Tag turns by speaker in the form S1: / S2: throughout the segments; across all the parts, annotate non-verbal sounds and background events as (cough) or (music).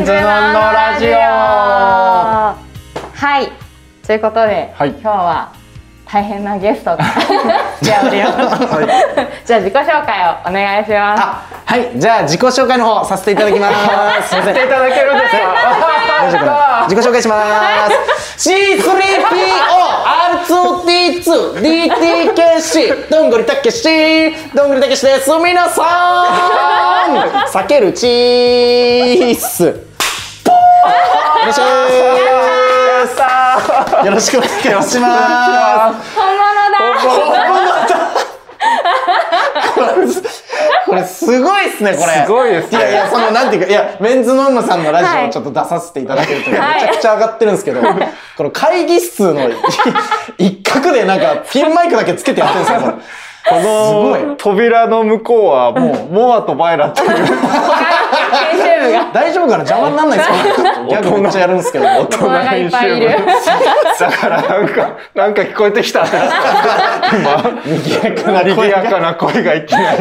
S1: ンズマンのラジオ
S2: はいということで、
S1: はい
S2: 今日は大変なゲストが (laughs) 来ております
S1: はい、
S2: じゃあ自己紹介をお願いします
S1: あはいじゃあ自己紹介の方させていただきますすいません
S3: いただけるんです
S1: 大丈夫かな自己紹介します C3POR2T2DTKC どんぐりたけしどんぐりたけしです皆さん避けるチースよろしくよろしくお願いします
S2: (laughs) 本物だ
S1: (laughs) これすごいっすねこれ
S3: すごいです
S1: いやい
S3: ね
S1: や、その、なんていうか、いや、メンズノンノさんのラジオ
S2: は
S1: を
S2: い
S1: ちょっと出させていただけると、めち
S2: はい
S1: ゃくちゃ上がってるんですけど、この会議室の (laughs) 一角でなんか、ピンマイクだけつけてやってるんですよ、こ
S3: この扉の向こうは
S1: (laughs)
S3: もうモアとバイラっていう
S2: 編集部が
S1: れ大丈夫かな邪魔になんないですかギャグめっちゃやるんですけど。
S2: 大人がいっぱいいる
S3: 大人だからなんかなんか聞こえてきた
S1: な
S3: 今
S1: 声が
S3: 賑やかな声がい
S1: (laughs)
S3: きなり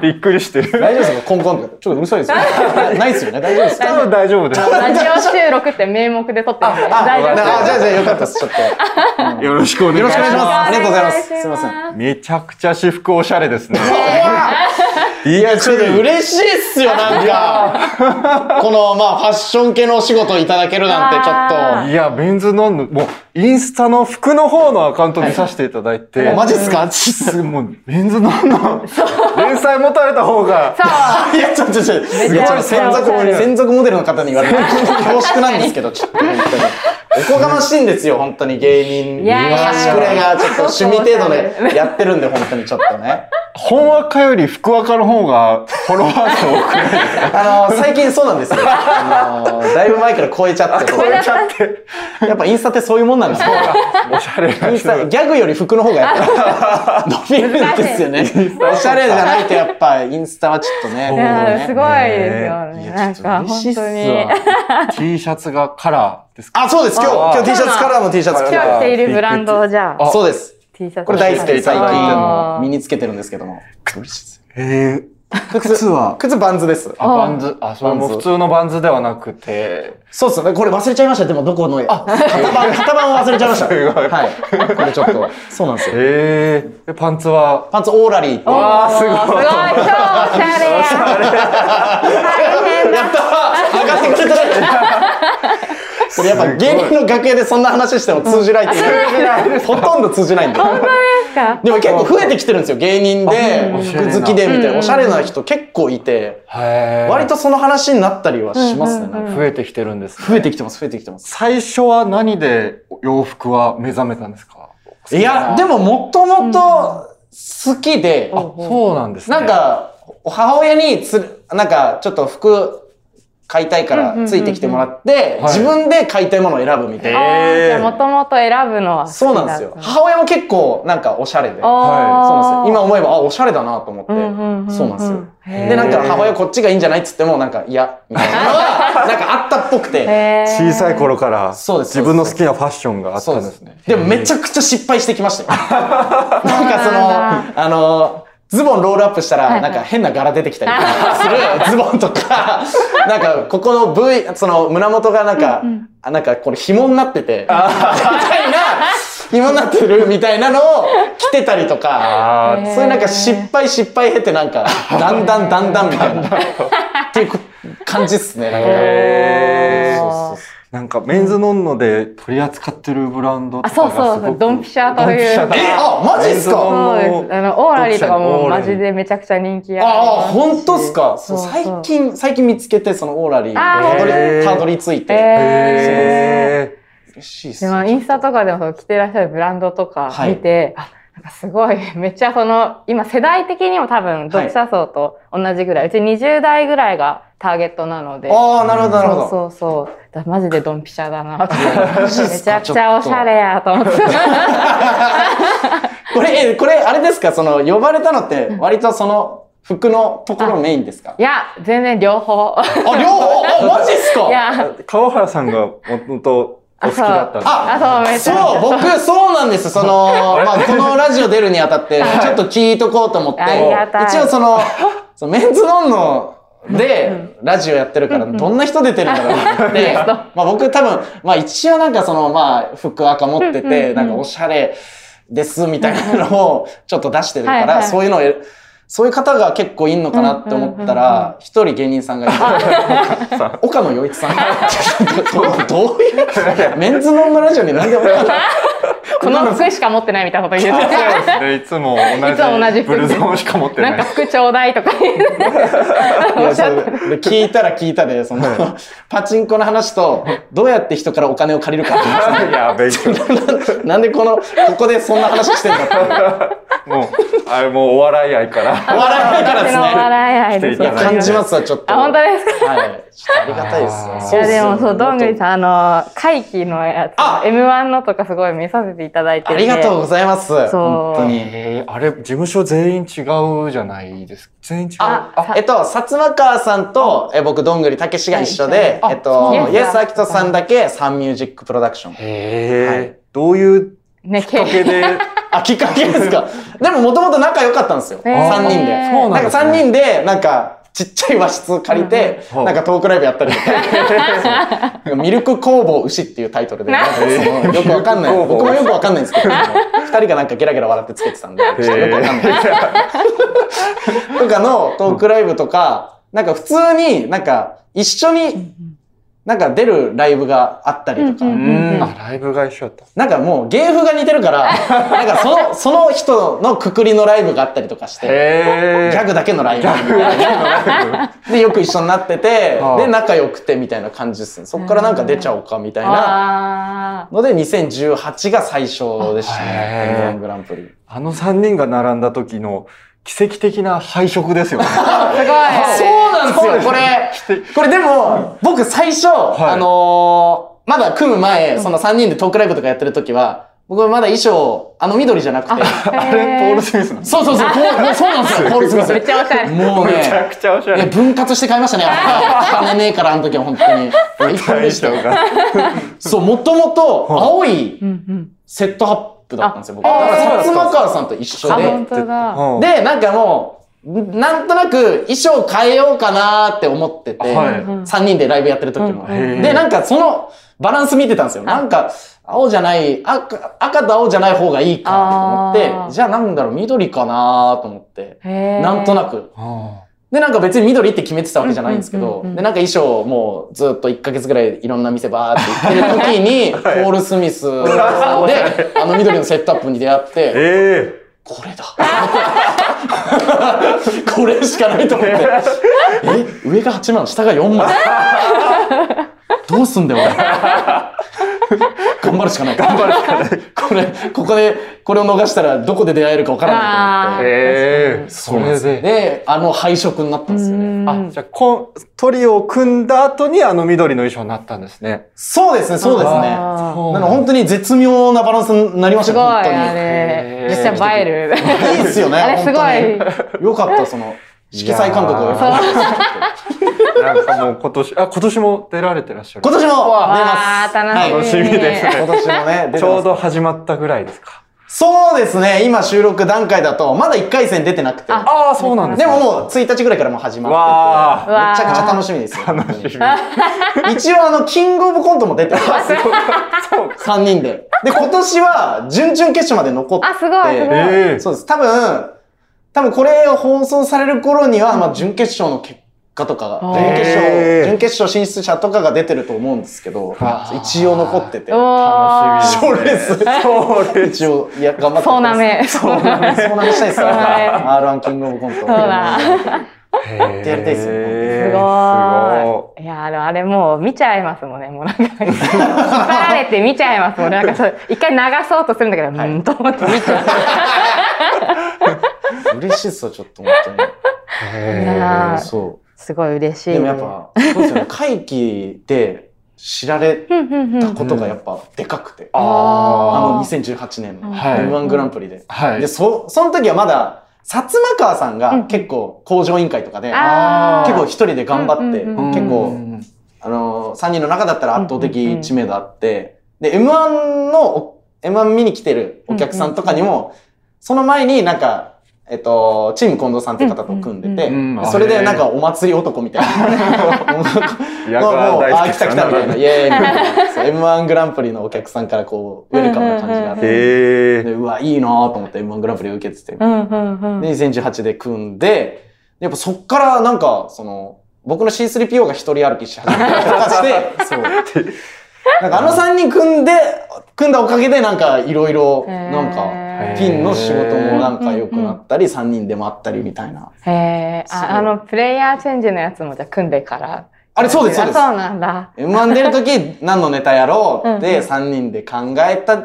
S3: びっくりしてる
S1: 大丈夫ですかコンコンとか。ちょっとうるさいですよね。ないですよね。大丈夫ですか
S3: 多分大丈夫です
S2: ラジオ収録って名目で撮ってるんで
S1: あ、
S2: 大丈夫
S1: な
S2: です
S1: あじゃあ、じゃあ、よかったです。ちょっと。よ
S3: よろしくお願い
S1: ろし
S3: し
S1: くお願いし
S3: ま
S1: ます。ありがとうございま
S2: お
S1: す。
S2: 願い
S1: す
S2: し
S1: い
S2: ま
S1: ますせん。
S3: すめちゃくちゃ私服おしゃれですねい
S1: いや、ちょっと嬉しいっすよ、なんか。この、まあ、ファッション系のお仕事いただけるなんて、ちょっと。
S3: いや、メンズノンノ、もう、インスタの服の方のアカウント見させていただいて。
S1: おマジっすか
S3: すもう、メンズノンノ、連載持たれた方が、
S2: そう
S1: (laughs) いや、ちょっと、ちょっと、
S2: め
S1: ち
S2: ち
S1: ょ
S2: ゃ
S1: っと
S2: くちゃ
S1: 専属
S2: おしゃれ
S1: 専属モデルの方に言われ (laughs) て、恐縮なんですけど、ちょっと、本当に。おこがましいんですよ、本当に芸人。
S2: いやいやいや
S1: 端くれが、ちょっと趣味程度でやってるんで、本当にちょっとね。
S3: 本アカより福アカの方が、フォロワー数多くないですか
S1: あの、最近そうなんですよ。あの、だいぶ前から超えちゃって、
S3: 超えちゃって、
S1: やっぱインスタってそういうもんなんですよ。
S3: おしゃれな
S1: インス
S3: 人
S1: タ、ギャグより服の方がやっぱ (laughs) 伸びるんですよね。 (laughs) おしゃれじゃないとやっぱインスタはちょっとね。
S2: いやすごいですよ
S1: い
S2: ね
S1: や
S2: なん
S1: ちょ
S2: か
S1: っと嬉しい
S2: 本
S1: っすわ
S2: 当に
S3: (laughs) T シャツがカラーですか
S1: あ、そうです。今日、
S3: あー
S1: 今日 T シャツカラーの T シャツ着て
S2: 今
S1: た
S2: 日着ているブランドをじゃあ
S3: あ
S1: そうです。
S2: T シャツ
S1: これ大好きで最
S2: あ
S1: 近
S2: ー
S1: 身につけてるんですけども。嬉しいです。
S3: えー、
S1: 靴
S3: は
S1: 靴バンズです。
S3: あ、バンズ、あ、それも
S1: バンズ
S3: 普通のバンズではなくて、
S1: そうですね。これ忘れちゃいました。でもどこの、あ、型番、型番を忘れちゃいま (laughs) した。
S3: すごい
S1: はい。これちょっと、そうなんですよ。
S3: えー、でパンツは、
S1: パンツオーラリーっていう。
S3: あー、す
S2: すご
S3: ご
S2: い
S3: い。
S2: 超おしゃれや大変だ
S1: 上がってくれた (laughs) これやっぱ芸人の楽屋でそんな話しても通じないっていう。ほとんど通じないんで。
S2: ですか
S1: でも結構増えてきてるんですよ。芸人で、
S3: あ
S1: 服好きでみたいな。おしゃれな人結構いて、
S3: へー
S1: 割とその話になったりはしますね。なんか
S3: 増えてきてるんですね
S1: 増えてきてます、増えてきてます。
S3: 最初は何で洋服は目覚めたんですか
S1: いや、でももともと好きで、
S3: あ、そうなんですね。
S1: なん、か、母親につる、なんか、ちょっと服買いたいからついてきてもらって、
S3: はい
S1: 自分で買いたいものを選ぶみたいな。
S2: あーじゃあもともと選ぶのは好きだった
S1: そうなんですよ。母親も結構なんかおしゃれで。そうなんですよ。今思えば、あ、おしゃれだなと思って。
S2: んうんうんうん
S1: そうなんですよ。
S2: へー
S1: で、なんか母親こっちがいいんじゃないっつっても、なんか、いや、みたいな
S2: (laughs)
S1: のは、なんかあったっぽくて。
S2: へー
S3: 小さい頃から
S1: そうです
S3: 自分の好きなファッションがあったんですね。
S1: でもめちゃくちゃ失敗してきましたよ。なん
S2: そうな
S1: かその、あの、ズボンロールアップした
S2: はいは
S1: ら、
S2: い
S1: なんか変な柄出てきたりとかするズボンと
S2: (laughs)
S1: か、なんかここの部位、その胸元がなんか、あなんかこれ紐になってて、みたいな、紐になってるみたいなのを着てたりとか、
S3: あ
S2: へ
S3: ー
S2: ー
S1: そういうなんか失敗失敗経てなんか、だんだんだんだんみ
S2: (laughs)
S1: たいな、っていう感じっすね、なんか。
S3: へー
S1: そうそうそう
S3: なんかメンズノンノで取り扱ってるブランドと
S2: あ
S3: か
S2: そ
S3: が
S2: う
S3: すごく
S2: そうそうドンピシャという
S3: ドンピシャだ
S1: え、あ、マジっすか
S2: そうですあのオーラリーとかも
S3: オーラ
S2: マ
S3: リー
S2: ジでめちゃくちゃ人気
S1: ああ、本当っすか。
S2: そうそう
S1: 最近、最近見つけて、そのオーラリーに
S2: あ
S3: ー
S1: たどり
S3: へー
S1: たどり着いて。
S2: え
S3: へ
S1: 嬉しいっす
S2: でも
S1: ね。
S2: インスタとかでもその着てらっしゃるブランドとか見て、あなんかすごい (laughs) めっちゃその今世代的にも多分読者層と同じぐらい、うち20代ぐらいがターゲットなので
S1: ああ、なるほど、なるほど。
S2: そうそうそう。だマジでドンピシャだなと思
S1: マジっ
S2: っ
S1: す
S2: て。
S1: か
S2: めちゃくちゃおしゃれやと思って。
S1: これ、えこれ、あれですかその、呼ばれたのって、割とその、服のところメインですか
S2: いや、全然両
S1: (laughs)
S2: 方。
S1: あ、両方あ、マジっす
S2: い
S1: か
S2: や、
S3: ー川原さんがもともとお好きだったんです
S1: あ
S2: あ、そう、めっち
S1: そ
S2: ゃ。
S1: う、僕、そうなんです。そ
S3: (laughs)
S1: の、まあ、このラジオ出るにあたって、ちょっと聞いとこうと思っ
S2: (laughs)
S1: て
S2: ありがた、い
S1: 一応その、そのメンズノンので、ラジオやってるから、どんな人出てるんだろうなと思っ
S2: ゲ (laughs)
S1: て
S2: スト、
S1: まあ僕多分、まあ一応なんかその、まあ、服赤持って
S2: うんうんう
S1: て、
S2: ん
S1: なんかおしゃれですみたいなのをちょっと出してるか
S2: はいは
S1: ら、
S2: い
S1: そういうのを、そういう方が結構いんのかなって思った
S2: うんうんうん
S1: ら、一人芸人さんがい (laughs) て、岡野洋一さん。どどういう、メンズノンのラジオになんで岡野
S2: この服しか持ってないみたいなこと言っ
S1: (laughs)
S3: そう
S2: て
S3: ですね。いつも
S2: いつも同
S3: 同
S2: じ
S3: じ
S2: 服
S3: ブルゾンしか持って
S2: て、なん
S3: な
S2: か
S3: い。
S2: 服ちょうだいとか言って
S1: い
S2: おっ
S1: や
S2: しゃって
S1: そうで聞いたら聞いたで、その、パチンコの話と、どうやって人からお金を借りるかって話ね
S3: やべえ。
S1: (laughs) なんでこの、ここでそんな話してるのか。
S3: もう、あれもうお笑い愛から。
S1: 笑いからで
S2: 私
S1: す
S2: の
S1: ね。
S2: 笑い愛です
S3: 来
S1: い
S3: て
S1: や、
S3: ただ
S1: 感
S3: い
S1: じ
S3: て
S1: ますわ、ちょっと。
S2: あ、本当ですか
S1: はい。ちょっとありがたいですね
S3: あー。
S2: い
S1: っ
S2: や
S1: す
S2: で
S1: よ
S2: もそう、どんぐりさん、あの、会期のやつ、
S1: あ
S2: M1 のとかすごい見させていただいて
S1: あ
S2: るん
S1: り
S2: で
S1: がとうございます。本当に。
S3: えーあれ、事務所全員違うじゃないですか。全員違う。
S1: あ
S2: あ
S1: えっと、薩摩川さんと、え僕、どんぐりたけしが一緒で、
S3: はい
S1: えっと
S2: あ、
S1: イエス・アキトさんだけ、サンミュージック・プロダクション。
S3: へえ、
S1: はい
S3: どういう
S2: ね、
S3: きっかけ
S2: け
S3: で、
S1: あ、きっかけですか。でも、もともと仲良かったんですよ。
S2: へー
S1: 3人で。
S2: そう
S1: なんか3人で、なんか、ちっちゃい和室借りて、
S3: うんうん
S1: なんかトークライブやったりと
S3: (laughs)
S1: か、なんかミルク工房牛っていうタイトルで、
S2: な
S1: なんかそのよくわかんな
S3: ミル
S1: い、
S3: ク工房
S1: 僕もよくわかんないんですけど、二人がなんかゲラゲラ笑ってつけてたんで、ちょっとよくわかんない。とかのトークライブとか、なんか普通になんか一緒になんか出るライブがあったりとか、
S2: うんうん
S3: うん、あライブが一緒だった。
S1: なんかもう芸風が似てるから、なんかその、その人のくくりのライブがあったりとかして、
S3: へ
S1: ギャグだけのライブで、よく一緒になってて
S3: は、あ
S1: で、仲良くてみたいな感じですね。そっからなんか出ちゃおうかみたい
S2: あ
S1: な。ので、2018が最初でしたね。
S3: へー
S1: M1 グランプリ。
S3: あの3人が並んだ時の奇跡的な配色ですよね。
S2: ー、すごい。
S1: そうなんですよ、これ。これでも、僕最初、
S3: い
S1: あのーまだ組む前、その3人でトークライブとかやってる時は、僕はまだ衣装、あの緑じゃなくて。
S3: あれ、ポール・スミスなんです
S1: そうそう (laughs) そう、こうもうそうなんですよ、ポール・スミス
S2: めっちゃおしゃれ。
S1: もう
S3: めちゃ
S1: ね
S3: く、ちゃおしゃ
S1: いや
S3: れ。
S1: 分割して買いました (laughs) ね。金ねえから、あの時は本当に。一本で
S3: 大
S1: した
S3: 将
S1: よ。
S3: が。
S1: そう、もともと青い
S2: うんうん。
S1: セットアップだったんですよ、僕。だ
S2: あ
S1: から、
S2: へー
S1: 薩摩川さんと一緒
S2: あ、
S1: で。
S2: 本当だ。
S3: うん
S1: で、なんかもう、んなんとなく衣装変えようかなーって思ってて、
S3: はい
S1: 3人でライブやってる時も。
S2: うん
S3: うん
S1: で、なんかそのバランス見てたんですよ。なんか、青じゃない、赤、赤と青じゃない方がいいかと思
S2: あ
S1: っ
S2: ー
S1: て、じゃあなんだろう、緑かなーと思って、
S2: へー
S1: なんとなく。
S3: うん
S1: で、なんか別に緑って決めてたわけじゃないんですけ
S2: うんうん
S1: ど、
S2: うんうん
S1: で、なんか衣装をもうずっと1ヶ月ぐらいいろんな店バーって行ってる時に、
S2: (laughs)
S1: ポール・スミスさんで、あの緑のセットアップに出会って、
S3: え
S1: これだ。 (laughs) これしかないと思って。え上が8万、下が4万。
S2: (laughs)
S1: どうすんだよ、俺。頑張るしかない。頑張る (laughs) これ、ここで、これを逃したらどこで出会えるかわからないと思
S2: あ
S1: っ
S3: ー、
S1: て。
S3: えー、そ
S1: なん
S3: れ
S1: すよ
S3: で。
S1: で、あの配色になったんですよね。
S3: あ、じゃあこん、トリオを組んだ後にあの緑の衣装になったんですね。
S1: そうですね、そうですね。な
S2: あ
S3: そう
S1: の本当に絶妙なバランスになりま
S2: ー
S1: し
S2: す
S1: た
S2: ごい、
S1: よ、本当に。
S2: あれ。
S3: へー
S2: 実際映える。
S1: いいっすよね、
S2: あれす
S1: 本
S2: ごい
S1: 当に。よかった、その、色彩感覚
S3: いや
S1: が。
S3: なんかもう今年、あ、今年も出られてらっしゃる。
S1: 今年も出
S2: わ
S1: ま
S2: ー、
S1: す。
S2: 楽しみ。
S1: はい
S3: 楽しみですね
S1: 今年もね、出てます
S3: ちょうど始まったぐらいですか。
S1: そうですね、今収録段階だと、まだ1回戦出てなくて。
S2: あ
S3: ああ、そうなんで
S1: で
S3: すね
S1: ももう1日ぐらいからもう始まって
S3: わ
S1: て、
S2: ーわ
S1: め
S2: ー
S1: ちゃくちゃ楽しみですよ。
S3: あ、楽しみ。
S1: 一応あの、キングオブコントも出てます。3人で。で、今年は準々決勝まで残って。
S2: あ、すごい、すごい。
S3: えー
S1: そうです。多分、多分これを放送される頃には、まあ、準決勝の結果とかが、
S2: あー
S1: 準決
S3: へ
S1: 勝、
S3: ー
S1: 準決勝進出者とかが出てると思うんですけど
S3: あ、ー
S1: 一応残ってて。
S2: おー
S3: 楽し
S1: 賞レース。
S3: そうです。
S1: 一応、いや、頑張って
S2: そうなめ。
S1: そう
S2: (laughs)
S1: なめ。そうなめしたいですよ。
S2: そうなめ
S1: R1 キングオブコント。そう
S2: だ
S3: へ
S1: てやりたいっすよ
S2: す
S3: ね
S2: ごーい。いや、あの、あれもう見ちゃいますもんね。もうなんか、引っ張られて見ちゃいますもんね。なんかそう、一回流そうとするんだけど、うーんと思って見ちゃう。
S1: 嬉しいっすよ、ちょっと本
S2: い
S1: 当
S2: や
S1: に。
S2: ー
S1: そ
S2: すごい嬉しい。
S1: う。でもやっぱ、そうですよね。会期で知られ
S2: うんうんう
S1: た
S2: ん。
S1: ことがやっぱでかくて。あ
S3: あ
S1: の、
S2: ー
S1: 2018年の
S3: はい
S1: M1 グランプリで。
S3: あ。は
S1: で、
S3: い。
S1: そ、その時はまだ、薩摩川さんが結構工場委員会とかで、結
S2: あー
S1: 構一人で頑張って、
S2: うんうんうん
S1: 結構、あのー、3人の中だったら圧倒的知名度あって、で、M1 の、お M1 見に来てるお客さんとかにも、その前になんか、えっと、チーム近藤さんっていう方と組んでて、
S3: うんうんうん
S1: それでなんかお祭り男みたい (laughs) な。
S3: や
S1: もうもう
S3: 大
S1: あ
S3: 好き
S1: ー来た来たみたいな、イエーイみたいな。そう M1 グランプリのお客さんからこう、ウェルカムな感じがあっ
S2: うんうん
S1: て。
S3: へ
S1: で
S3: え。
S1: うわ、いいなと思って M1 グランプリ受けてて。で、
S2: うんうんうん。
S1: 2018で組んで、やっぱそっからなんか、その、僕の C3PO が一人歩きし始めたりとか
S2: (laughs)
S1: して、そう。なんかあの3人組んで、組んだおかげでなんかいろいろ、なんか、
S2: へー
S1: ピンの仕事もなんか良くなったり、3人でもあったりみたいな。
S2: へえ、ああの、プレイヤーチェンジのやつもじゃあ組んでから。
S1: あれそうです、そう
S2: あ
S1: です。
S2: そうなんだ。
S1: M1 出るとき、何のネタやろうっ
S2: うんう
S1: て
S2: ん
S1: 3人で考えた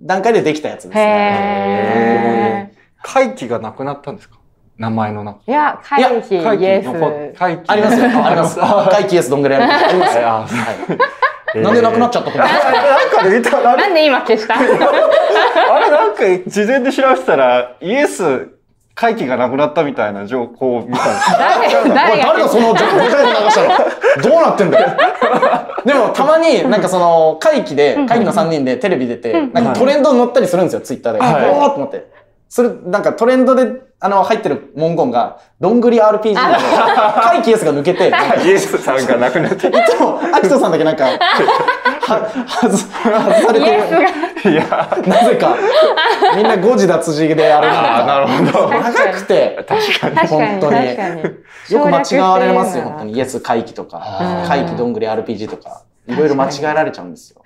S1: 段階でできたやつですね。
S2: へえ。
S3: 会期がなくなったんですか名前の中。
S2: いや、会費
S3: 会
S2: イエ
S3: 期
S2: ス。
S3: 残っ会期
S1: あります
S2: (laughs)
S1: よ、あります。会期エースどんぐらいありますよ。
S3: あ
S1: はいなんでなくなっちゃったの
S3: なんかで見た、あれ、
S2: なんで今消
S1: (laughs)
S2: した
S3: あれなんか事前で調べてたら、イエス、会期がなくなったみたいな情報を見たんですよ。
S2: 誰
S1: お
S2: 誰
S1: い
S2: が
S1: 誰が
S2: 消し
S1: そのジャコジャコ流したのどうなってんだよ。でもたまになんかその会期で、会期の3人でテレビ出て、なんかトレンドに乗ったりするんですよ、ツイッターで。お
S3: はい
S1: ーっと思って。それ、なんかトレンドで、あの、入ってる文言が、どんぐり RPG なので、会期エースが抜けて、 (laughs) なんか
S3: (laughs) イエスさんがなくなった。
S1: いつも、アキトさんだけなんか、は、はず、外され
S2: たイ
S1: て
S2: エス
S1: る。
S2: が。
S3: いや、
S1: なぜか。みんな誤字脱字であれ
S3: あ
S1: なんか。
S3: ーなるほど。
S1: 長くて、
S2: 確かに、
S1: 本当に
S2: 確かに。
S1: よく間違われ
S2: 省略
S1: ますよ、
S2: してるな
S1: 本当に。イエス回帰とか
S3: あ、
S2: ー
S1: 回帰どんぐり RPG とか、いろいろ間違えられちゃうんですよ。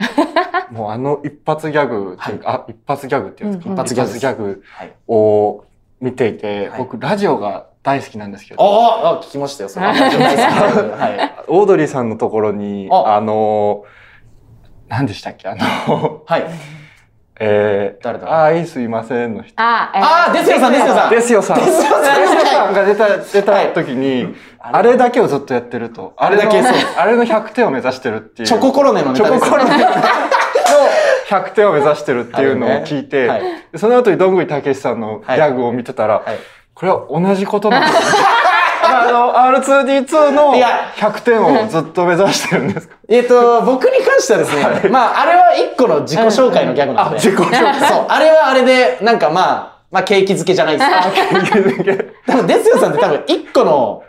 S3: もうあの一発ギャグっていうか、あ、一発ギャグっていうんですか、
S2: うんうん
S1: 一発ギャグ
S3: 一ギャグ
S1: はい。
S3: を見ていて、
S1: はい
S3: 僕ラジオが大好きなんですけど、
S1: あーあ、聞きましたよ、それ。はい。
S3: オードリーさんのところに、
S1: あ
S3: あの、何でしたっけあの、 (laughs)
S1: はい。
S3: えー、
S1: 誰だ
S3: あー、いいすいませんの人。
S2: あ、えー
S1: ああ、ですよさん、ですよさん。
S3: ですよさ
S1: (laughs)
S3: ん。
S1: ですよさん
S3: さんが出た、出た時に、あれだけをずっとやってると。
S1: あれだけ
S3: の
S1: そう
S3: あれの100点を目指してるっていう。
S1: チョココロネのネ
S3: チ
S1: タ
S3: ョ
S1: で
S3: コ
S1: す
S3: コ
S1: よ
S3: ロ
S1: ね。
S3: ネの100点を目指してるっていうのを聞いて、
S1: はい
S3: その後にどんぐりたけしさんのギャグを見てたら、
S1: はい
S3: これは同じことなん
S1: (laughs)
S3: だ、ね、あの、R2D2 の
S1: いや
S3: 100点をずっと目指してるんですか
S1: えっと、僕に関してはですね、まあ、あれは一個の自己紹介のギャグなので。
S3: 自己紹介。
S1: そう、あれはあれで、なんかまあ、まあ、景気づけじゃないですか。でも、ですよさんって多分、一個の、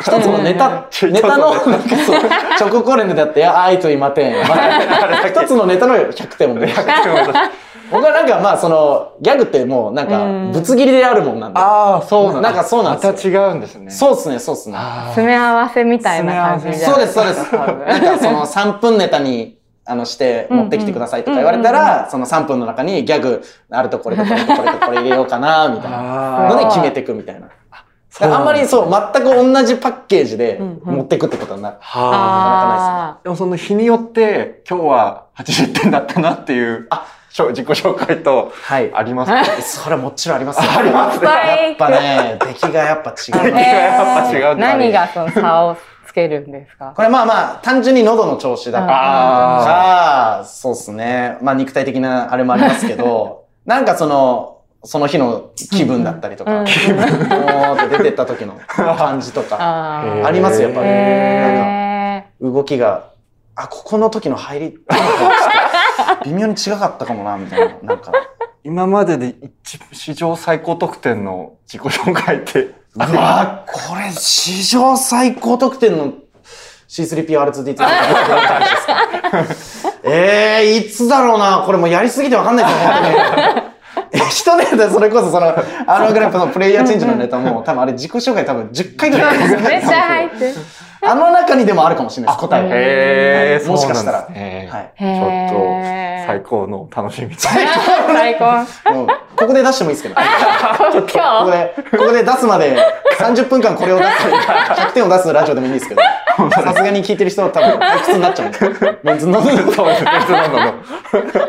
S1: 一つのネタ、
S3: うん
S1: ネタの、なんかそう、チョココレンでだって、あ愛と今点、まあ、一つのネタの100点もね。
S3: 100点を目指して
S1: 僕はなんかまあ、その、ギャグってもう、なんか、ぶつ切りであるもんなんで。
S3: (laughs) ああ、そうなんだ。
S1: なんかそうなんですよ
S3: また違うんですね。
S1: そうっすね、そうっすね。
S3: あー
S2: 詰め合わせみたいな感じじゃ
S1: そ
S2: な
S1: う
S2: い
S1: です、そうです。なんかその3分ネタに、あの、して持ってきてくださいとか言われたら、その3分の中にギャグ、あるとこれとこれとこれとこれ入れようかな、みたいな
S3: あー
S1: ので決めていくみたいな。
S3: そ
S1: だから
S3: うな
S1: あんま
S3: だ
S1: りそう、全く同じパッケージで
S2: んうん
S1: 持ってくってことになる。
S3: はあ。
S2: あ
S3: でもその日によって、今日は80点だったなっていう、あ、しょ自己紹介と、
S1: はい。
S3: ありますか
S1: それはもちろんありますよ。 (laughs) あります
S2: ね
S1: やっぱね、出来がやっぱ違
S2: ー
S1: う
S3: 出
S1: な。
S3: 来やっぱ違う
S2: え
S3: んだ
S2: ー何がその差をつけるんですか
S1: これまあまあ、単純に喉の調子だから。
S3: あ
S1: ああ、そうですね。まあ肉体的なあれもありますけど、
S2: (laughs)
S1: なんかその、その日の気分だったりと
S2: う
S1: か、
S2: ん
S1: 気分おーって出てった時の感じとか、
S2: あ
S3: へ
S2: ー
S3: ー
S1: ありますよやっぱり。なんか
S2: へ
S1: 動きが、あ、ここの時の入り、微妙に違かったかもな、みたいな。なんか、
S3: 今までで一史上最高得点の自己紹介って、
S1: うわーこれ史上最高得点の C3PR2D ってええー、いつだろうな。これもうやりすぎてわかんないですよ、本当に。 (laughs) 一ネタ、それこそその、あのグランプのプレイヤーチェンジのネタも、多分あれ自己紹介多分10回ぐらい
S2: ーめっちゃ入ってる。
S1: あの中にでもあるかもしれないです、答え
S3: え
S1: もしかしたらは
S3: はいい、ちょっと
S2: へー
S3: 最高の楽
S1: (laughs)
S3: しみです。
S2: 最高。
S1: は。もうここで出してもいいですけど。
S2: 今
S1: ここ
S2: 日
S1: で、ここで出すまで30分間これを出す、100点を出すラジオでもいいんですけ
S3: (laughs)
S1: ど、さすがに聞いてる人は多分退屈になっちゃうんで、メンズのあ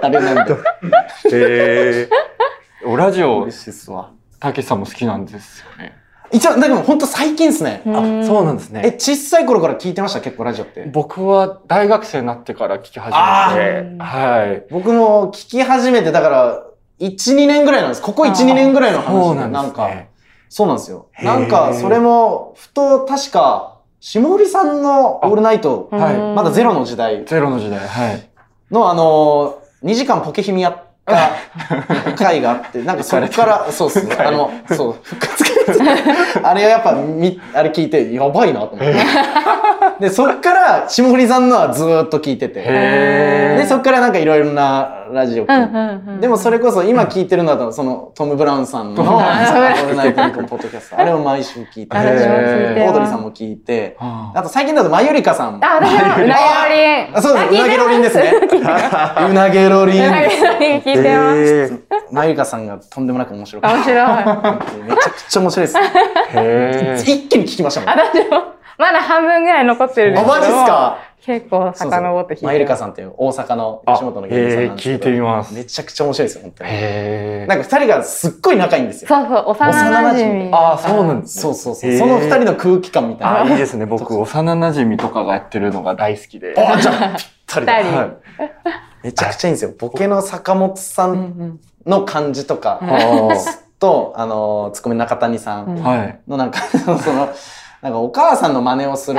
S1: れなんで。
S3: えー、 (laughs) おラジオ
S1: 嬉、しいっすわ。
S3: たけしさんも好きなんですよね。
S1: 一応、でも本当最近ですね。
S2: うん
S3: そうなんです
S1: え、。小さい頃から聞いてました結構ラジオって。
S3: 僕は大学生になってから聞き始
S1: あ
S3: めて、はい。
S1: 僕も聞き始めて、だから、1、2年ぐらいなんです。ここ1、
S2: あー
S1: 2年ぐらいの
S3: そ
S1: 話
S3: うな
S1: で、
S3: ん
S1: な
S3: で
S1: ん
S3: す
S1: か、
S3: ね。
S1: そうなんですよ。
S3: へー
S1: なんか、それも、ふと確か、下売さんのオールナイト、
S3: はい
S1: まだゼロの時代
S3: ゼロの時代、はい。
S1: のあの、2時間ポケヒミやった (laughs) 回があって、なんかそっから、そうっすね。あの、そう、復活系 (laughs) あれやっぱ、み、あれ聞いて、やばいなと思って。で、そっから、霜降りさんのはずーっと聞いてて。
S3: へ
S1: で、そっからなんかいろいろなラジオ聞いてでもそ
S2: れ、
S1: れこそ今聞いてるのはそのトム・ブラウンさんの「オールナイトニッポン」ポッドキャストあれを毎週聞いてオ
S2: あ
S3: へ
S2: 私も聞いて
S1: ー
S3: え
S2: るわ
S1: ドリーさんも聞いて
S3: は
S1: あと最近だとマユリカさんも
S2: あ、私も、うなげろりん。
S1: あそうです
S2: あ
S1: うなげろりんです。ねうなげろり
S2: 聞いてます
S1: ん
S2: うなげろりん聞いてます。
S3: す。
S1: マユリカさんがとんでもなく面白くて
S2: 面白い。
S1: めちゃくちゃ面白いです
S3: へー
S1: 一気に聞きましたもんあ
S2: 私も、まだ半分ぐらい残ってるんですけど。
S1: マジっすか
S2: 結構遡って聞いて
S1: マユリカさんっていう大阪の吉本の芸人さんなんですけど
S3: あへー聞いてみます
S1: めちゃくちゃ面白いですよ本当に
S3: へ
S1: なんか二人がすっごい仲いいんですよ
S2: そうそう、幼馴染み。
S3: ああ、そうなんです
S1: そ
S3: ね。
S1: うそうそうその二人の空気感みたいな
S3: あいいですね。僕、幼馴染とかがやってるのが大好きで。
S1: あじゃあぴったりだ
S2: ぴったり
S1: はいめちゃくちゃいいんですよボケの坂本さ
S2: うんん
S1: の感じとか、
S2: うん
S3: あ
S1: とあのツッコミ中谷さ
S2: うんん
S3: あ、はい。
S1: のなんか、 (laughs) そのなんかお母さんの真似をする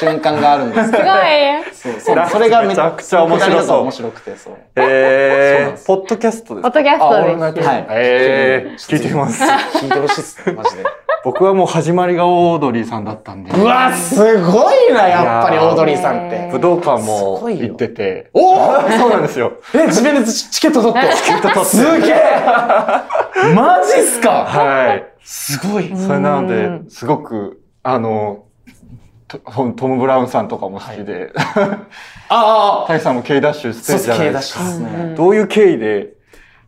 S1: 瞬間があるんですけ
S2: す
S1: ど
S2: ごい。
S1: そうそうそれが
S3: めちゃくちゃ面白そう
S1: くだりが面白くてそうそうなん
S3: え
S1: で
S3: ー、
S1: す
S3: ポッドキャスト
S2: ポッ
S3: ですか
S2: ドキャス
S3: あオールナ
S2: トで
S3: イト
S2: す。
S1: はい
S3: えー聞いてます
S1: 聞いてほしいっすマジで
S3: 僕はもう始まりがオードリーさんだったんで。
S1: うわすごいなやっぱりオードリーさんっ
S2: いや
S1: て
S2: ー
S3: 武道館も
S1: すごいよ
S3: 行ってて。
S1: おお
S3: あそうなんですよ。
S1: え自分でチチケット取ってチケット取ってすげえマジっすか
S3: はい。
S1: すごい
S3: それな
S2: う
S3: ので、すごく、あの、トトム・ブラウンさんとかも好きで、
S1: ああ
S3: タイさんも K ダッシュス
S1: そう
S3: テー
S1: っす
S3: ジじゃない
S1: K
S3: で
S1: ダッ
S3: す
S1: シ
S3: か
S1: ュですね、
S2: うん
S3: どういう経緯で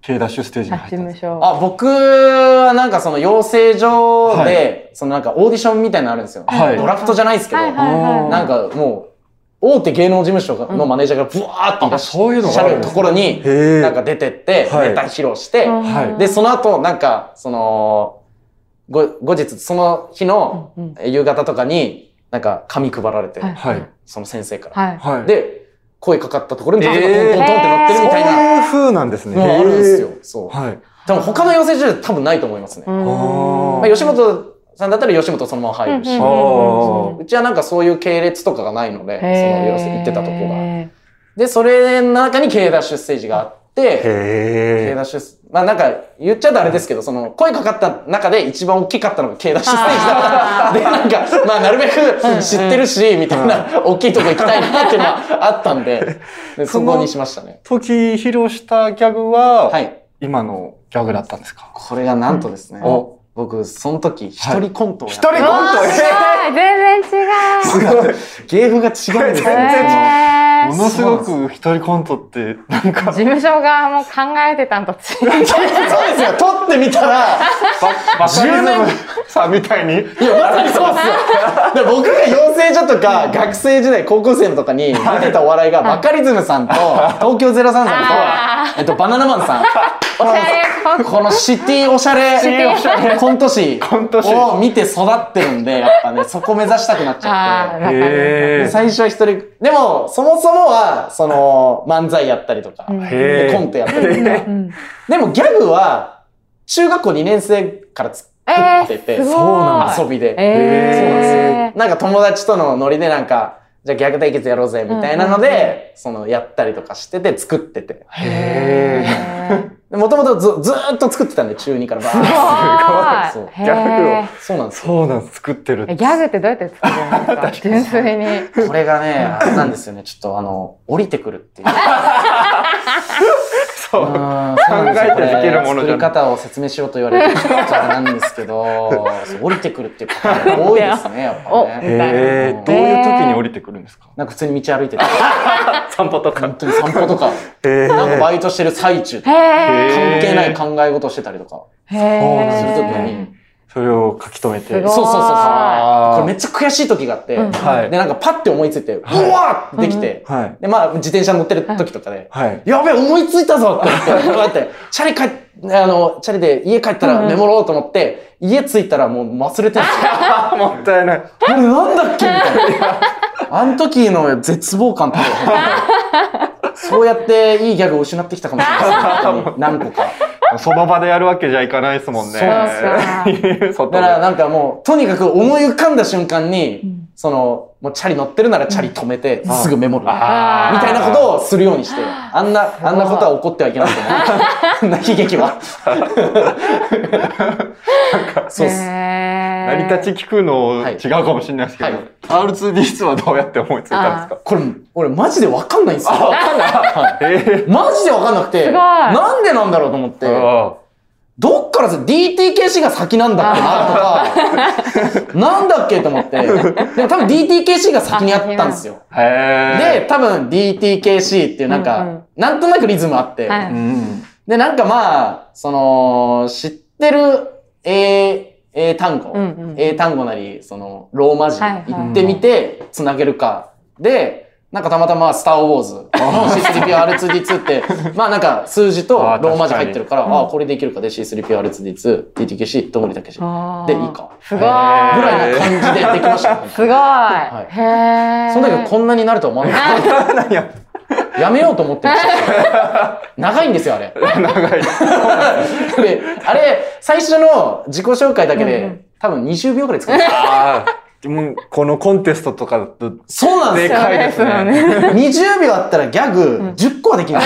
S3: K ダッシュステージに
S2: あ、
S3: 入っ
S2: 事
S3: たんで
S2: 務
S3: すか
S2: 所。
S1: あ、僕はなんかその養成所で、
S3: は
S1: そのなんかオーディションみたいなのあるんですよ。
S3: はい
S1: ドラフトじゃないですけど、
S2: はいはい
S3: あー
S2: は
S1: なんかもう、大手芸能事務所がのマネージャーがブワーっていらっし
S3: そういう
S1: ゃるところに、
S3: へえ。
S1: なんか出てって、ネ
S3: はい
S1: タ披露して、
S2: い。
S3: はい
S2: うん
S1: で、、その後、なんか、その、ご後日、その日の
S2: うんうん
S1: 夕方とかに、なんか紙配られて、
S2: はい
S3: はい。
S1: その先生から。
S2: はい。
S3: はい。、
S1: で、声かかったところに、
S3: え
S1: トン
S3: ー
S1: トントントンって乗ってるみ
S3: そう
S1: たいな、
S3: いう風なんですね。
S1: のがあるんですよ
S3: へー。
S1: そう。
S3: はい。
S1: 多分他の養成所で多分ないと思いますね。
S3: ー
S1: まあ、吉本さんだったら吉本そのまま入るし、う
S3: うん
S2: あ
S1: ちはなんかそういう系列とかがないので、その要するに行ってたとこが。
S2: が。
S1: で、それの中に K ダッシュステージがあって、K
S3: へ
S1: ダッシュス、まあなんか言っちゃうとあれですけど、その声かかった中で一番大きかったのが K ダッシュステージだった。で、なんか、まあなるべく知ってるし、みたいな大きいとこ行きたいなっていうのはあったんで、でそ
S3: その
S1: こにしましたね。
S3: 時披露したギャグは、
S1: はい。
S3: 今のギャグだったんですか
S1: これがなんとですね、
S3: お
S1: 僕、その時一人コントをやっ
S3: 一
S1: て
S3: 人コント
S2: 全然違う。
S1: 芸風が違うんですよ。
S3: 全然
S2: へー
S3: ものすごく一人コントって、なん
S2: 事
S3: か、
S2: 務所側も考えてたんと違う。
S1: (laughs) そうですよ。撮ってみたら、
S3: ババカリズムさんみたいに。
S1: いや、まさにそうっすよ。 (laughs) だから僕が養成所とか、学生時代、高校生のとかに見てたお笑いが、バカリズムさんと、東京03さ
S2: あ
S1: んと、えっと、バナナマンさん。
S2: (laughs) おしゃれコント
S1: このシティおしゃ
S2: シティ
S1: れ
S2: おしゃ
S1: コント師
S3: コント師
S1: を見て育ってるんで、やっぱね、そこ目指したくなっち
S2: あー
S1: ゃっ
S2: わかるわかる
S1: て。
S3: へ
S1: で最初は一人、でも、そもそもは、その、漫才やったりとか、
S2: うん
S1: で
S3: へー
S1: コントやったりとか
S2: (laughs) う、ん
S1: でもギャグは、中学校2年生から作ってて、
S2: えーすごい
S1: 遊びで。
S2: えー
S1: そうなん
S3: で
S1: なんか友達とのノリでなんか、じゃあ逆対決やろうぜ、みたいなの
S2: うんうん
S1: で、その、やったりとかしてて、作ってて。
S3: へー。
S1: もともとず、ずーっと作ってたんで、中2からバー
S2: す
S1: ッ
S2: ご
S1: そう
S2: いへ
S1: そうなんですよ。
S3: そうなんです。作ってる
S2: ー。ギャグってどうやって作るんですか純粋に。
S1: これがね、あれなんですよね。ちょっとあの、降りてくるっ
S2: (laughs)
S1: ていう。
S3: そう。
S1: あーそうなんですよ
S3: 考えてできるものじゃない
S1: これ作り方を説明しようと言われて、ちょっとあれなんですけど、そう降りてくるっていうパターンが多いですね、やっ
S2: お
S1: ぱね。
S3: へ
S1: う
S3: ー。
S1: ん
S3: どういう時に降りてくるんですか
S1: なんか普通に道歩
S2: (laughs)
S1: いてて、
S3: 散歩と
S1: 本。当に散歩とか、
S3: へ
S1: なんかバイトしてる最中とか、
S2: へ
S1: 関
S2: ー。
S1: 係ない考え事してたりとか
S2: へ
S3: そう
S1: するとき
S2: ー
S1: に、
S3: それを書き留めて。
S2: すごい
S1: そうそうそうそう。
S3: あー
S1: これめっちゃ悔しい時があって、
S2: うん
S3: はい
S1: で、なんかパッて思いついて、うわ
S3: はい
S1: ーってできて、
S3: はい。
S1: で、まあ自転車乗ってる時とかで、
S3: はい。
S1: やべえ、思いついたぞって言
S3: (laughs)
S1: って、こうやって、チャリ帰っ、あの、チャリで家帰ったらメモろうと思って、家着いたらもう忘れて
S3: (laughs)
S1: るんですよ。
S3: あ、もったいない。
S1: あれなんだっけみたい
S3: (laughs)
S1: な。あの時の絶望感とそうやっていいギャグを失ってきたかもしれない本当
S3: (laughs)
S1: に。何個か。
S3: その場でやるわけじゃいかないですもんね。
S1: そう
S2: なん
S3: (laughs) 外
S1: だ
S3: で
S1: からなんかもう、とにかく思い浮かんだ瞬間に、
S2: ん
S1: その、もうチャリ乗ってるならチャリ止めて、
S3: ん
S1: すぐメモる。み
S2: あー
S1: たいなことをするようにして、あんな、あんなことは起こってはいけないと思う。
S2: (laughs)
S1: あんな悲劇は。そうっす。
S2: 成
S3: 成り立ち聞くの違うかもしれないですけど、
S1: はい
S3: R2D2 はどうやって思いついたんですか
S1: これ、俺マジでわかんないんですよ。はい
S3: (laughs) えー
S1: マジでわかんなく
S2: す
S1: て、
S2: ごい
S1: なんでなんだろうと思って、
S3: あ
S1: どっからず DTKC が先なんだっけなとか、なんだっけと思って、でも多分 DTKC が先にあったんですよ。
S3: ーへ
S1: で、多分 DTKC っていうなんか、
S2: うんうん
S1: なんとなくリズムあって、
S2: はい
S3: ーうん
S1: で、なんかまあ、その、知ってる英、英単語、
S2: うんうん
S1: 英単語なり、その、ローマ字
S2: はいはい
S1: 行ってみて、つなげるか。で、なんかたまたま、スター・ウォーズの C3PO-R2D2
S3: (laughs)
S1: って、まあなんか数字と
S3: あー
S1: ローマ字
S3: 確かに
S1: 入ってるから、ああ、これでいけるかで C3PO-R2D2、DTKC、どこにだけし。ぐ
S2: あー
S1: でいいか
S2: すごい。ぐ
S3: へー
S1: らいな感じででき
S2: (laughs)
S1: ました。
S2: すごい。
S1: はい
S2: へえ。
S1: そんだけどこんなになると思わなかっ
S3: 何や
S1: た。やめようと思ってました。長いんですよ、あれ。
S3: 長い
S1: で、あれ、最初の自己紹介だけで、
S2: うんうん
S1: 多分20秒くらい使ってた。
S3: あーもうこのコンテストとかだと
S1: そうなんです
S3: で
S1: よ。
S3: かいですね
S2: そうですよね
S1: 20秒あったらギャグ10個
S2: (laughs)
S1: はできない。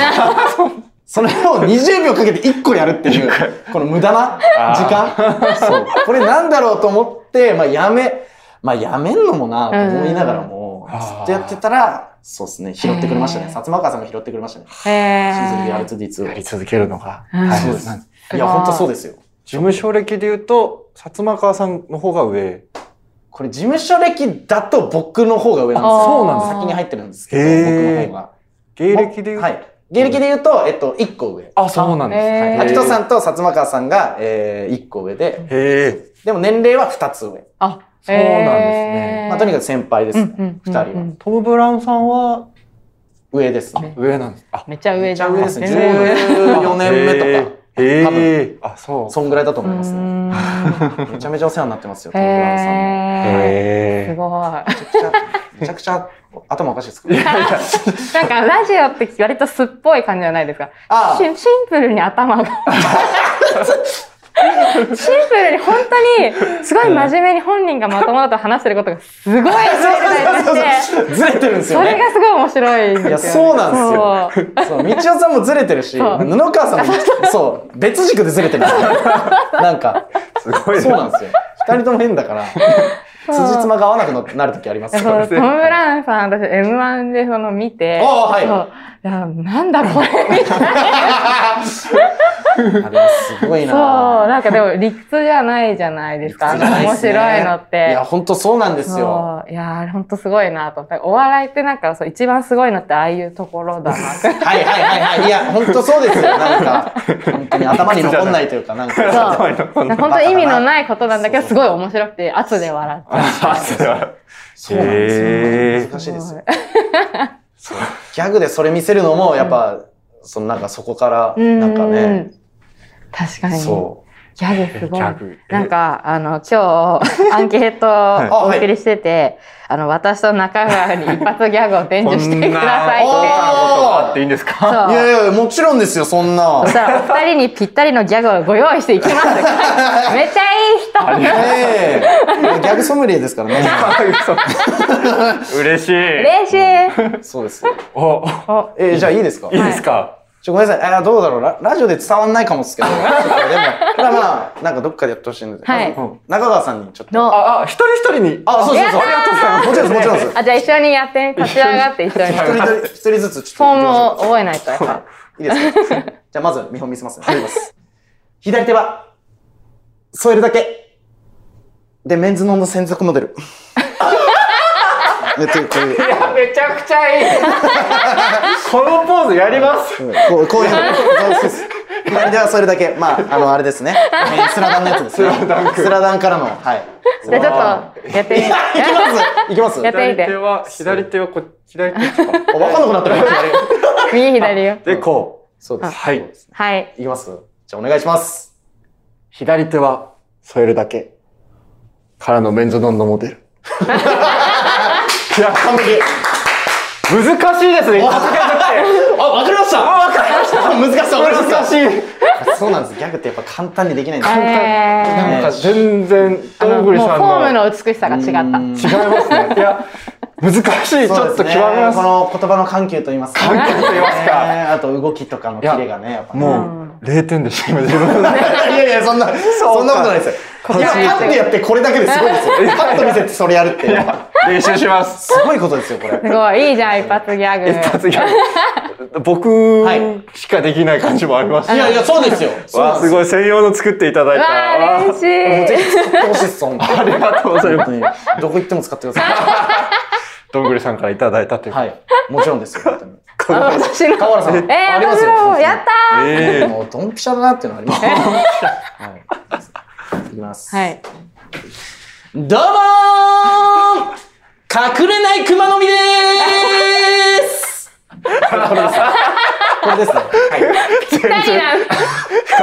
S1: それを20秒かけて1個やるっていう、この無駄な時間。そう。これなんだろうと思って、まあやめ、まあやめんのもなと思いながらも、
S3: うん
S1: ずっとやってたら、そうですね、拾ってくれましたね。
S2: へー
S1: 薩摩川さんも拾ってくれましたね。
S2: へえ。
S1: シーズン R2D2
S3: やり続けるのが
S2: うん
S3: 大
S1: そうで
S3: 変ですすね
S1: いや、本当そうですよ。
S3: 事務所歴で言うと薩摩川さんの方が上
S1: これ事務所歴だと僕の方が上なんですよ。
S2: あそうなんです
S1: 先に入ってるんですけど、
S3: へー
S1: 僕の方が。
S3: 芸歴で言うと、
S1: はい。芸歴で言うと、えっと、1個上。
S3: あそうなんです、
S2: へー
S3: はい
S1: 秋人さんと薩摩川さんが、えー、1個上で、
S3: へえ
S1: でも年齢は2つ上。
S2: あ、
S3: そうなんですね
S1: まあ、とに
S2: か
S1: かく先輩ですね。2人は。
S3: トム・ブラウンさんは
S1: 上ですね。
S3: 上なんですあ
S2: めっちゃ上
S1: めち
S2: じゃ
S1: ゃ
S2: ん。
S1: 上ですね。
S2: 全然上
S1: 14年目とか、
S3: へえ
S1: 多分
S3: へえあそう
S1: そんぐらいだと思いますね。
S2: う
S1: めちゃめちゃお世話になってます (laughs) よ、
S2: ーん
S1: トム・ブラウンさんも。
S2: へえ。す
S3: へえ
S2: ごい。
S1: めちゃくちゃ、めちゃくちゃ頭おかしいですか
S2: (laughs) なんかラジオって割とすっぽい感じじゃないですか。
S1: あ
S2: (laughs)
S1: あ
S2: シンシンプルに頭
S1: (laughs)
S2: が。シンプルに本当にすごい真面目に本人がまともだと話してることがす
S1: (laughs)
S2: ごいずれてして、
S1: ずれてるんですよ
S2: それ
S1: ね。
S2: がすごい面白いんですよ、ね。
S1: いや、そうなんですよ。
S2: そう
S1: (laughs) そう、道夫さんもずれてるし、布
S2: そう
S1: 川さ
S2: (laughs)
S1: んも、そう、別軸でずれてるんですよ。なんか、
S3: すごい
S1: そうなんですよ。二人とも変だから、辻褄が合わなくななるときあります
S2: そう
S1: から。
S2: トム・ブラウンさん、私 M1 でその見て、
S1: ああはい
S2: そういやなんだこれみたいな。
S1: あれはすごい
S2: そう、
S1: な
S2: なんかでも理屈じゃないじゃないですか。
S1: 理屈じゃないで
S2: 面
S1: すね
S2: 白いのっ
S1: い
S2: て
S1: や、。ほんとそうなんですよ。
S2: そういやー、ほんとすごいなと思って。お笑いってなんかそう、一番すごいのってああいうところだなって。
S1: はいはいはいはい。いや、ほんとそうですよ。なんか、本当に頭に残んないというか、 (laughs) なんか。
S2: そう。
S3: ん
S2: 本当意味のないことなんだけど、すごい面白くて、圧で笑っ
S1: そうなんですよ。
S3: へー
S1: 難しい
S2: て。
S1: ですよ。
S2: す
S1: ギャグでそれ見せるのも、やっぱ、そのなんかそこから、
S2: ごい
S1: なんか
S2: う
S1: ね、
S2: ん確かに。
S1: そ
S2: ギャグすごい
S3: ギャグ。
S2: なんか、あの、今日、アンケートをお送りしてて、あの、私と中川に一発ギャグを伝授してください
S1: こん
S2: って
S1: な。
S3: あっていいんです
S2: そう
S3: か。
S1: う。いやいやいや、もちろんですよ、そんな
S2: (laughs) そし。たら、お二人にぴったりのギャグをご用意していきます。めっちゃいい人
S1: ええギャグソムリエですからね。
S3: 嬉しい。
S2: 嬉しい
S1: そうですよ。
S3: お、
S2: お
S1: えーじゃあいいですか
S3: いいですか。
S1: ちょ、ごめんなさい。あーどうだろうラ。ラジオで伝わんないかもですけど。ちょっとでも、まあまあ、なんかどっかでやってほしいんで。
S2: はい
S1: うん中川さんにちょっと。
S2: の、
S3: あ、あ、一人一人に。
S1: あ、そうそう
S2: やっ
S1: そう。
S2: たーありがとうございます
S1: もちろんです、もちろんです。
S2: あ、じゃあ一緒にやって、立ち上がって一緒に。
S1: 一人ずつ、一人ずつ、ち
S2: フ
S1: ょ
S2: ォ
S1: っ
S2: ー
S1: と行き
S2: ム
S1: ましょ
S2: を覚えないと。
S1: う。はい。いいですかじゃあ、まず見本見せますね。見ます。左手は、添えるだけ。で、メンズノンの専属モデル。えっと、こうい
S2: め
S1: う、
S2: ちゃくちゃいい。
S3: このポーズやります。
S1: うんこうこういうの。そうそう左手は添えるだけ。まあ、あの、あれですね。メンスラダンのやつですね。
S3: スラダンク
S1: スラダンからの、はい。
S2: じゃあちょっと、やってみ
S1: い
S2: て。
S1: やいきます。いき
S2: やっ
S1: ま
S2: てみて
S3: 左手は、左手はこ、左手です
S1: す。
S3: か。
S1: わかんなくなってる。
S2: 右左よ。
S3: で、こ
S1: そうです。
S3: はい
S1: そうです
S2: はい。
S1: いきます。じゃあお願いします。
S3: う。左手は、添えるだけ。からのメンズノンのモデル。
S1: いや、完璧。
S3: 難しいですね。
S1: あ、わかりました
S3: あわかりました
S1: 難しさ、わかりました
S3: 難しい。
S1: そうなんです。ギャグってやっぱ簡単にできないんです
S2: 簡
S1: よ。
S2: 単
S3: なんか全然、どんぐり
S2: もう
S3: さん
S2: フォーム
S3: の。
S2: の美しさが違った。
S1: うん
S3: 違いますね。いや、難しい。ちょ
S1: そう
S3: っ
S1: です
S3: と
S1: ね
S3: 極めます
S1: こ。の言葉の緩急と言いますか。
S3: 緩急と言いますか
S1: ねあと動きとかのキレがね、やっぱね。
S3: もう、0点でした、今自分
S1: (laughs)
S3: の。
S1: いやいや、そんな、そんなことないですよ。いや、パッてやってこれだけですごいですよ。パッと見せてそれやるって。
S3: 練習します。
S1: すごいことですよ、これ。
S2: すごい、いいじゃん、一発ギャグ。
S3: 一発ギャグ。僕
S1: はい
S3: しかできない感じもあります。
S1: いやいや、そうですよ。
S3: わあ、す
S1: い。
S3: ごい専用の作っていただいた。
S2: わあ、
S3: わあ
S2: 嬉しい。
S1: 使ってほしいです、本当
S3: (laughs) ありがとうございます。
S1: に。どこ行っても使ってくださ
S3: どんぐりさんからいただいたとい
S1: い。
S3: う。
S1: はい。もちろんですよ、本当
S2: あ
S1: に。
S2: 私の。
S1: 河原さん。
S2: えー、
S1: あります
S2: 私
S1: よ
S2: も、やった
S3: ええ
S1: もうドンピシャだなっていうのはあります。はい。いきます。
S2: ーはい。
S1: どうもー隠れない熊の実でー (laughs) すこれですね。はい。
S3: 全
S2: 何
S3: 然。
S2: なん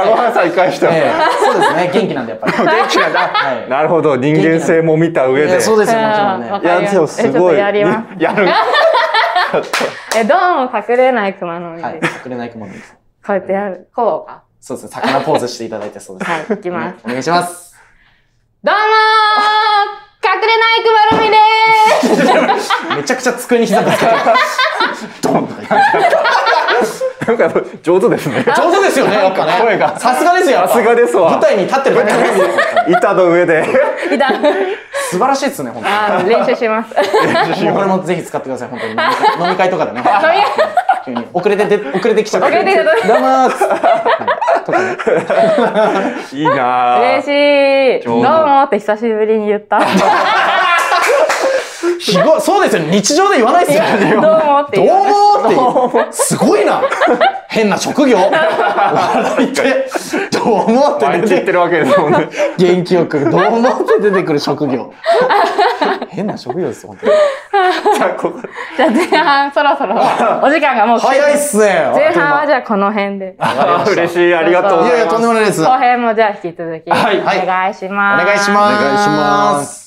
S3: 川原さんに関しては。
S1: ええそうですね。元気なんでやっぱり。
S3: 元気なんだ
S1: はい
S3: なるほど、人間性も見た上
S1: い
S3: で。
S1: やそうですよ、もちろん
S2: あーわか
S1: ね。
S2: りま
S3: や、
S2: す
S3: でもす
S2: えちょっ
S3: ご
S2: と
S3: い。
S2: やります。
S3: やる。
S2: え、どうも隠れない熊の実
S1: はい。
S2: で
S1: 隠
S2: す。
S1: れない熊の実です。
S2: こうやってやる。こうか。
S1: そうですね。魚ポーズしていただいてそうです。
S2: はい、いき
S1: (laughs)
S2: ます。
S1: お願いします。
S2: どうもー隠れない熊の実でー
S1: (laughs)
S2: す
S1: めちゃくちゃ机に膝ぶつけて。ドン
S3: なんか上手ですね。
S1: (laughs) 上手ですよね、やっぱね。
S3: 声が
S1: さすがですよ、やっぱ
S3: さすがですわ
S1: 舞台に立ってるだけですよ。
S3: 板の上で。
S2: いた
S1: (laughs) 素晴らしいですね、本当に。
S2: あー練習します。
S1: もうこれもぜひ使ってください、本当に。飲み会飲み会とかでね。
S2: 会
S1: 急に遅れてで、遅れてきちゃった。
S2: 遅れてきちゃった
S1: どうもーっつって
S3: いいなぁ。
S2: 嬉しい。
S3: 上
S2: どう
S3: 手
S2: もって久しぶりに言った。
S1: ひごそうですよね、日常で言わないですよね。
S2: どうもって
S1: どう
S2: 言う。
S1: もーっていう。すごいな。変な職
S2: (laughs)
S1: 業。笑いて、どうもー
S3: 毎
S1: っ
S3: 日
S1: て出
S3: 言って
S1: て、
S3: るわけですもん
S2: (laughs)
S3: ね。
S1: 元気よく、どうもーって出てくる職業。変な職業ですよ、本当に。
S3: じゃあ、ここ。
S2: じゃあ前半そろそろお時間がもう来て
S1: 早いっすね。
S2: 前半はじゃあこの辺で。
S3: あー嬉しい、ありがとうご
S1: いや
S3: ざ
S1: い
S3: い
S1: や、とんで。
S3: ます
S1: もないです。お
S2: 後編もじゃあ引き続きお
S3: はい
S1: はい
S2: 願いします。
S1: 願いします。
S3: お願いします